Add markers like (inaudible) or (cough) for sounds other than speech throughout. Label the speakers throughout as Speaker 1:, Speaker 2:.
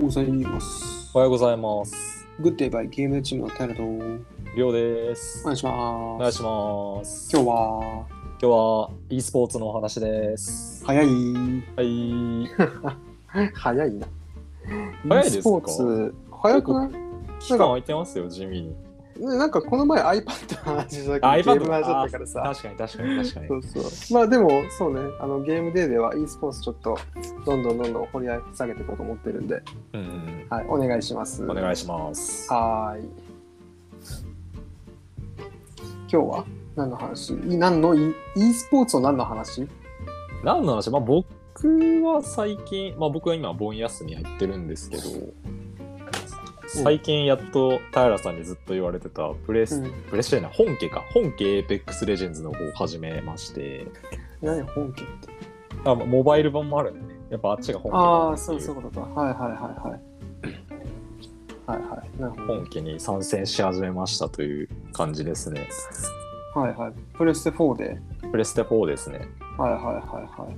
Speaker 1: ございます。
Speaker 2: おはようございます。
Speaker 1: グッデイバイゲームチームのタイラとお
Speaker 2: りょうです。
Speaker 1: 願いします。
Speaker 2: お願いします。
Speaker 1: 今
Speaker 2: 今
Speaker 1: 日は
Speaker 2: 日は e スポーツのお話です。
Speaker 1: 早い。
Speaker 2: はい。
Speaker 1: 早いな。
Speaker 2: 早いですか
Speaker 1: e スポーツ早くない
Speaker 2: 期間空いてますよ、地味に。
Speaker 1: なんかこの前 iPad の話した
Speaker 2: あ
Speaker 1: けどゲ
Speaker 2: iPad
Speaker 1: ームの話だったからさ。
Speaker 2: 確かに確かに確かに
Speaker 1: そ。うそうまあでもそうねあのゲームデーでは e スポーツちょっとどんどんどんどん掘り下げていこうと思ってるんで、
Speaker 2: うん
Speaker 1: はい、お願いします。
Speaker 2: うん。お願いします。
Speaker 1: はーい。今日は何の話い何の e, e スポーツの何の話
Speaker 2: 何の話まあ僕は最近、まあ僕は今、盆休み入ってるんですけど、最近やっと平さんにずっと言われてたプレス、
Speaker 1: うん
Speaker 2: プレスじゃない、本家か。本家 Apex Legends の方を始めまして、
Speaker 1: 何本家って
Speaker 2: あモバイル版もあるんでね。やっぱあっちが本家だな
Speaker 1: ああ
Speaker 2: ってい
Speaker 1: そうそういうことかはいはいはいはいはいはいなるほど
Speaker 2: 本家に参戦し始めましたという感じですね。
Speaker 1: はいはいプレステ4で
Speaker 2: プレステ4ですね。
Speaker 1: はいはいはいはい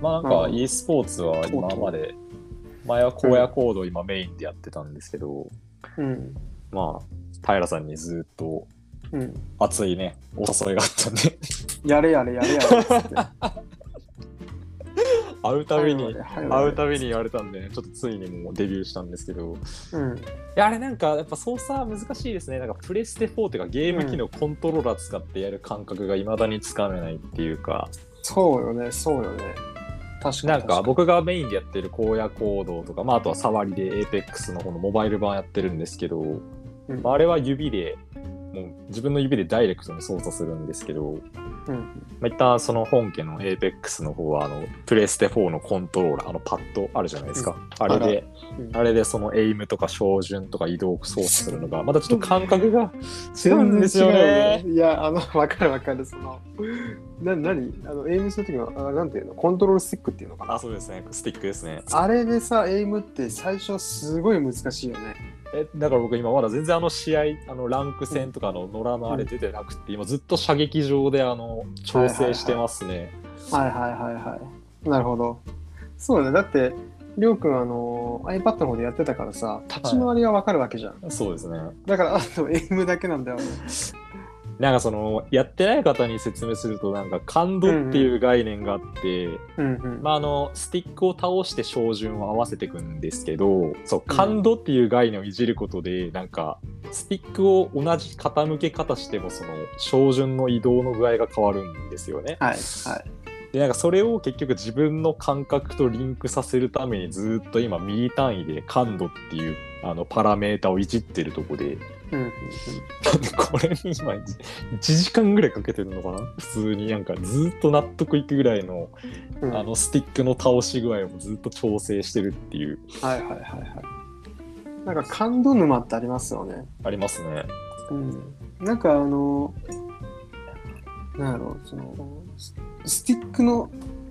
Speaker 2: まあなん
Speaker 1: う
Speaker 2: か
Speaker 1: ん
Speaker 2: e スポーツは今まで、前は荒野行動今メインでやってたんですけど、
Speaker 1: うん
Speaker 2: まあ、平さんにずっと
Speaker 1: うん
Speaker 2: 熱いね、お誘いがあったんで、 (laughs)
Speaker 1: やれやれやれやれっつって
Speaker 2: 会うたびに、
Speaker 1: 会
Speaker 2: 会うたびに言われたんで、ちょっとついにもうデビューしたんですけど、い
Speaker 1: うん
Speaker 2: やあれなんかやっぱ操作難しいですね。なんかプレステ4っていうかゲーム機のコントローラー使ってやる感覚が未だにつかめないっていうか、
Speaker 1: そうよねそうよね確か
Speaker 2: な
Speaker 1: に
Speaker 2: んか僕がメインでやってる荒野行動とか、まあ、あとは触りで APEX の方のモバイル版やってるんですけど、
Speaker 1: うん
Speaker 2: まあ、あれは指でもう自分の指でダイレクトに操作するんですけど、
Speaker 1: うん
Speaker 2: まあ、一旦その本家の APEX の方はあのプレステ4のコントローラーあのパッドあるじゃないですか、あれで
Speaker 1: うん
Speaker 2: あれでそのエイムとか照準とか移動を操作するのがまたちょっと感覚が違うんですよね
Speaker 1: 全然違うよ。いや、あの、わかるわかる。その、な、なに、あの、エイムするときの、あなんていうの、コントロールスティックっていうのかな
Speaker 2: あ。そうですねスティックですね
Speaker 1: あれでさ、エイムって最初すごい難しいよね。
Speaker 2: えだから僕今まだ全然あの試合あのランク戦とかの野良のあれ出てなくて、今ずっと射撃場であの調整してますね、
Speaker 1: はいはいはいはい。なるほど。そうだね。だって、りょうくん、あの、iPad の方でやってたからさ、立ち回りはわかるわけじゃん。
Speaker 2: そうですね
Speaker 1: だから、あと、エイムだけなんだよね。
Speaker 2: なんかそのやってない方に説明するとなんか感度っていう概念があって、
Speaker 1: うんうん。
Speaker 2: まあ、あのスティックを倒して照準を合わせていくんですけどそう感度っていう概念をいじることで、なんかスティックを同じ傾け方してもその照準の移動の具合が変わるんですよね。
Speaker 1: はいはい。
Speaker 2: でなんかそれを結局自分の感覚とリンクさせるためにずっと今ミリ単位で感度っていうあのパラメータをいじってるとこで (laughs)
Speaker 1: うんうん
Speaker 2: これに今1時間ぐらいかけてるのかな普通になんかずっと納得いくぐらいの
Speaker 1: うん。
Speaker 2: あ
Speaker 1: はい
Speaker 2: のスティックの倒し具合をずっと調整してるっていう
Speaker 1: はいはいはい。なんか、感動沼ってありますよね。
Speaker 2: ありますね。
Speaker 1: うんなんかあの、なんやろう、その、ススティックの、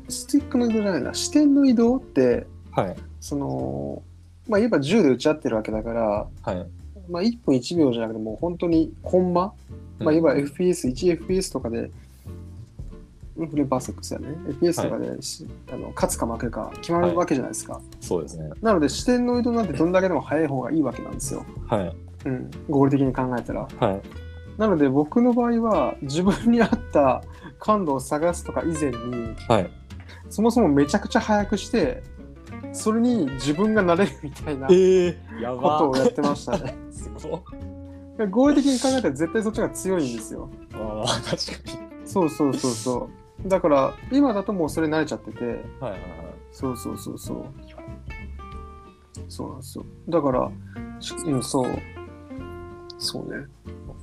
Speaker 1: スティックの移動じゃないな、視点の移動って、
Speaker 2: はい
Speaker 1: その、まあ言えば銃で撃ち合ってるわけだから、
Speaker 2: はい。
Speaker 1: まあ1分1秒じゃなくてもう本当にコンマ、まあ言えば FPS、1FPS とかで、うんフレバーセックスやね、FPS とかでし、あの勝つか負けるか決まるわけじゃないですか。
Speaker 2: そうですね。
Speaker 1: なので視点の移動なんてどんだけでも早い方がいいわけなんですよ。
Speaker 2: はい
Speaker 1: うん、合理的に考えたら。
Speaker 2: はい
Speaker 1: なので僕の場合は自分に合った感度を探すとか以前に
Speaker 2: はい。
Speaker 1: そもそもめちゃくちゃ早くしてそれに自分がなれるみたいな
Speaker 2: え
Speaker 1: こ
Speaker 2: ー、や
Speaker 1: と
Speaker 2: ば
Speaker 1: をやってましたね。
Speaker 2: すごい。
Speaker 1: 合理的に考 (laughs) えたら絶対そっちが強いんですよ。
Speaker 2: ああ確かに。
Speaker 1: そうそうそうそう。だから今だともうそれ慣れちゃってて
Speaker 2: はいはいはい。
Speaker 1: そうそうそうそう。そうなんですよ。だから、しうん、そう。そうね。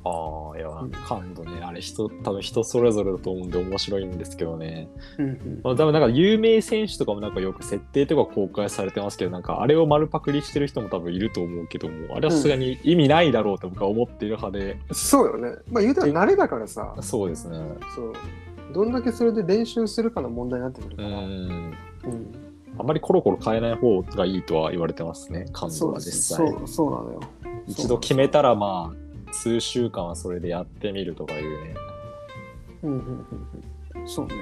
Speaker 2: ああ、いや、感度ね、あれ人、多分人それぞれだと思うんで面白いんですけどね。
Speaker 1: うんうん
Speaker 2: まあ、多分なんか有名選手とかもなんかよく設定とか公開されてますけど、なんかあれを丸パクリしてる人も多分いると思うけども、あれはさすがに意味ないだろうと僕は思っている派で、
Speaker 1: そうよね。まあ言うたら慣れだからさ。
Speaker 2: そうですね。
Speaker 1: そう。どんだけそれで練習するかの問題になってくるか
Speaker 2: う
Speaker 1: ら。
Speaker 2: ん。
Speaker 1: うん
Speaker 2: あんまりコロコロ変えない方がいいとは言われてますね、感
Speaker 1: そ
Speaker 2: 度
Speaker 1: う
Speaker 2: は
Speaker 1: です
Speaker 2: 実
Speaker 1: そ
Speaker 2: 際。
Speaker 1: うそうなのよ。
Speaker 2: 一度決めたら、まあ、数週間はそれでやってみるとかいうね。
Speaker 1: うんうんうんうん。そうね。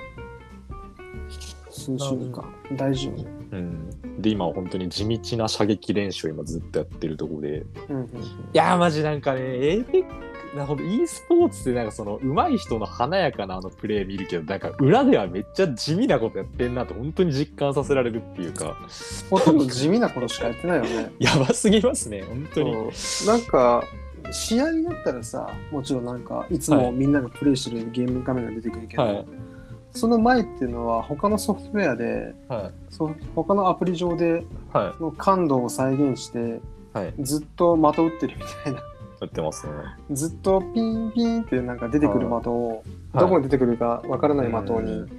Speaker 1: 数種類か。大事よね。
Speaker 2: うん、で今は本当に地道な射撃練習を今ずっとやってるところで
Speaker 1: うんうん。
Speaker 2: いやーマジなんかねエーペックなほど e スポーツってなんかその上手い人の華やかなあのプレー見るけどなんか裏ではめっちゃ地味なことやってんなって本当に実感させられるっていうか
Speaker 1: ほとんど地味なことしかやってないよね。
Speaker 2: やばすぎますね本当に
Speaker 1: そうなんか試合だったらさもちろんなんかいつもみんながプレイしてるゲーム画面が出てくるけど、
Speaker 2: はい
Speaker 1: その前っていうのは他のソフトウェアで
Speaker 2: は
Speaker 1: そ他のアプリ上で
Speaker 2: いは
Speaker 1: の感度を再現して
Speaker 2: いはい
Speaker 1: ずっと的打ってるみたいな (laughs)
Speaker 2: やってますね
Speaker 1: ずっとピンピンってなんか出てくる的を、どこに出てくるかわからない的に、
Speaker 2: うん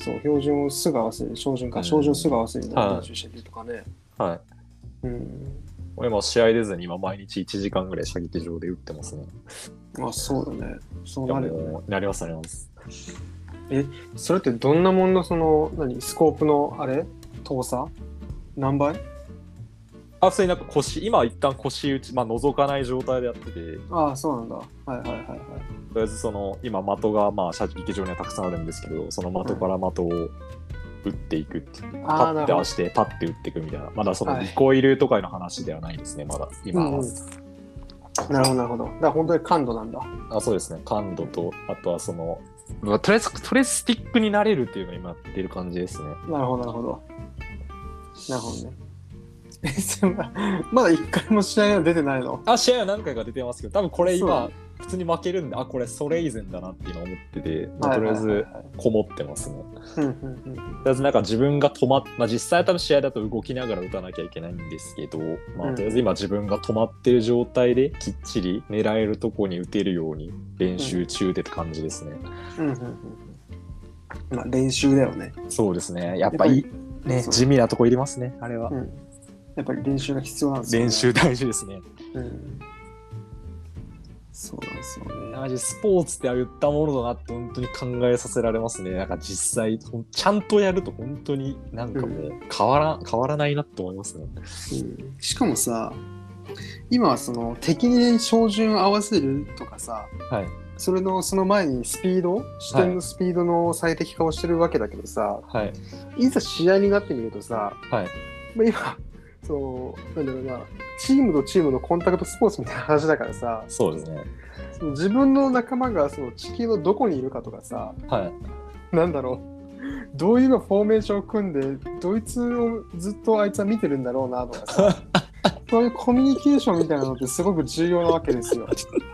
Speaker 1: そう標準をすぐ合わせる標準
Speaker 2: う
Speaker 1: か
Speaker 2: ん
Speaker 1: 標準をすぐ合わせる
Speaker 2: はい
Speaker 1: 練習してるとかね、
Speaker 2: はい
Speaker 1: うん
Speaker 2: 俺も試合出ずに今毎日1時間ぐらい射撃場で打ってますね
Speaker 1: まあそうだねそう
Speaker 2: いや
Speaker 1: なるよね
Speaker 2: もうなりますなります
Speaker 1: それってどんなもんのその何スコープのあれ遠さ何倍
Speaker 2: あそれなんか腰今は一旦腰打ちまあ覗かない状態でやってて
Speaker 1: ああそうなんだはいはいはいはい
Speaker 2: とりあえずその今的がまあ射撃場にはたくさんあるんですけどその的から的を打っていくっていう、パ
Speaker 1: ああな
Speaker 2: ッて
Speaker 1: るほ
Speaker 2: 合わ
Speaker 1: ど
Speaker 2: せてパッて打っていくみたいなまだその
Speaker 1: はい
Speaker 2: リコイルとかの話ではないですねまだ今は、
Speaker 1: うんなるほどなるほどだから本当に感度なんだ
Speaker 2: あそうですね感度とあとはそのまあとりあえずとりあえずスティックになれるっていうのを今やってる感じですね
Speaker 1: なるほどなるほどなるほどね (laughs) えそんなまだ一回も試合には出てないの
Speaker 2: あ試合は何回か出てますけど多分これ
Speaker 1: そう
Speaker 2: 今普通に負けるんであこれそれ以前だなって今思ってて、まあ
Speaker 1: はい
Speaker 2: とり
Speaker 1: は
Speaker 2: あ
Speaker 1: い
Speaker 2: え
Speaker 1: はいはい
Speaker 2: ずこもってますね
Speaker 1: うんうんうん
Speaker 2: とりあえずなんか自分が止まっ、まあ、実際は多分試合だと動きながら打たなきゃいけないんですけど、ま
Speaker 1: う
Speaker 2: あ、
Speaker 1: ん
Speaker 2: とりあえず今自分が止まってる状態できっちり狙えるとこに打てるように練習中でって感じですね。
Speaker 1: うんうんうんうんまあ練習だよね
Speaker 2: そうですね。やっぱいいね、
Speaker 1: そう
Speaker 2: 地味なとこいりますね、あれは
Speaker 1: う。んやっぱり練習が必要なんですよね
Speaker 2: 練習大事ですね。
Speaker 1: うんそうなんですよね
Speaker 2: マジスポーツってああ言ったものだなって本当に考えさせられますね。なんか実際、ほんちゃんとやると本当になんかもう変わら,、変わらないなって思いますね。
Speaker 1: うんしかもさ今はその敵に照準合わせるとかさ
Speaker 2: はい。
Speaker 1: それのその前にスピード視点のスピードの最適化をしてるわけだけどさ、
Speaker 2: はい。
Speaker 1: い、ざ試合になってみるとさ、
Speaker 2: はい。
Speaker 1: まあ今そうなんだろうなチームとチームのコンタクトスポーツみたいな話だからさ
Speaker 2: そうですね。
Speaker 1: その自分の仲間がその地球のどこにいるかとかさ
Speaker 2: はい。
Speaker 1: なんだろうどういうフォーメーションを組んでドイツをずっとあいつは見てるんだろうなとかさそういうコミュニケーションみたいなのってすごく重要なわけですよ。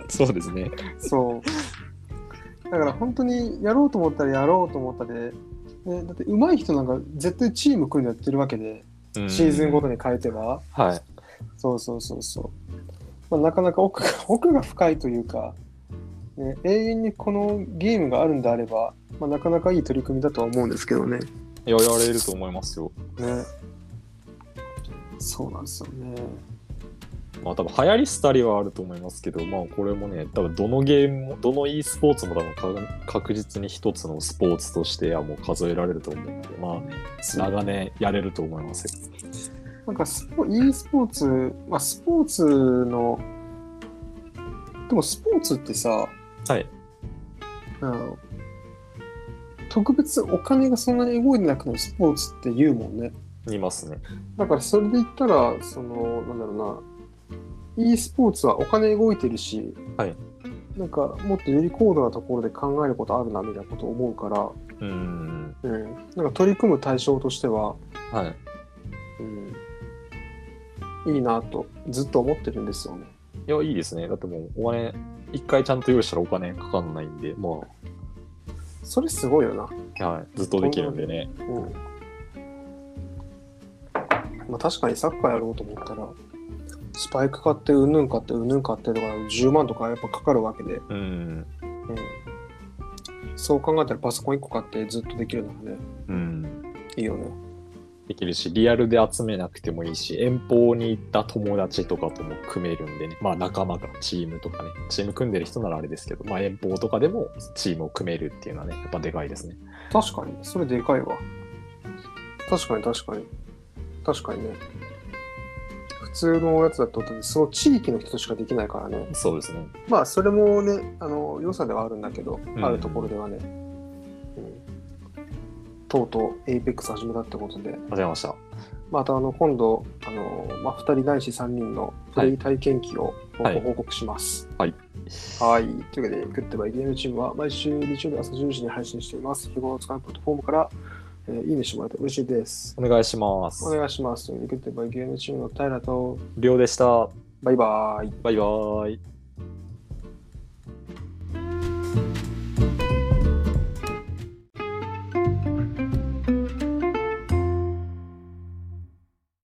Speaker 2: そうですね。
Speaker 1: そうだから本当にやろうと思ったらやろうと思ったで、ね、だって上手い人なんか絶対チーム組んでやってるわけでシーズンごと
Speaker 2: に。
Speaker 1: に変えては、
Speaker 2: はい。
Speaker 1: そうそうそうそう、まあ、なかなか奥が (laughs) 奥が深いというか、ね、永遠にこのゲームがあるんであれば、まあ、なかなかいい取り組みだとは思うんですけどね。
Speaker 2: いや、やれると思いますよ。
Speaker 1: ね。そうなんですよね。
Speaker 2: まあ多分流行り廃りはあると思いますけど、まあこれもね、多分どのゲームも、どの e スポーツも多分か確実に一つのスポーツとしてはもう数えられると思うんで、まあね、長年やれると思いますよ。
Speaker 1: なんかスポ、e スポーツ、まあ、スポーツの、でもスポーツってさ、
Speaker 2: はい。
Speaker 1: あの特別お金がそんなに動いてなくてもスポーツって言うもんね。
Speaker 2: いますね。
Speaker 1: だからそれで言ったら、その、なんだろうな、e スポーツはお金動いてるし、
Speaker 2: はい
Speaker 1: なんかもっとより高度なところで考えることあるなみたいなことを思うか
Speaker 2: うーん。
Speaker 1: ら、うん、なんか取り組む対象としては、
Speaker 2: はい。
Speaker 1: いいなとずっと思ってるんですよね。
Speaker 2: いや、いいですね。だってもうお金、一回ちゃんと用意したらお金かかんないんで、ま
Speaker 1: それすごいよな。
Speaker 2: あ、はい、ずっとできるんでね。
Speaker 1: うん。まあ、確かにサッカーやろうと思ったら、スパイク買って、うんぬん買って、うんぬん買ってとか、10万とかやっぱかかるわけで、
Speaker 2: う
Speaker 1: う
Speaker 2: ん。
Speaker 1: ん。そう考えたらパソコン1個買ってずっとできるのはね、
Speaker 2: うん。
Speaker 1: いいよね。
Speaker 2: できるし、リアルで集めなくてもいいし、遠方に行った友達とかとも組めるんでね、まあ仲間がチームとかね、チーム組んでる人ならあれですけど、まあ遠方とかでもチームを組めるっていうのはね、やっぱでかいですね。
Speaker 1: 確かに、それでかいわ。確かに確かに。確かにね。普通のやつだと、その地域の人しかできないからね。
Speaker 2: そうですね。
Speaker 1: まあそれもねあの良さではあるんだけど、
Speaker 2: ん
Speaker 1: あるところではね、うんとうとう APEX 始めたってことで、
Speaker 2: 始めました。
Speaker 1: またあの今度、あのまあ、2人ないし3人のプレイ体験記をご
Speaker 2: はい
Speaker 1: 報告します。
Speaker 2: はい
Speaker 1: はい。というわけで、グッドバイゲームチームは毎週日曜日朝10時に配信しています。日頃使うプラットフォームから、えーいいねしてもらえて嬉しいです。
Speaker 2: お願いします
Speaker 1: お。願いします。というわけでグッドバイゲームチームの平と
Speaker 2: りょうでした。
Speaker 1: バイバイ。
Speaker 2: バイバーイ。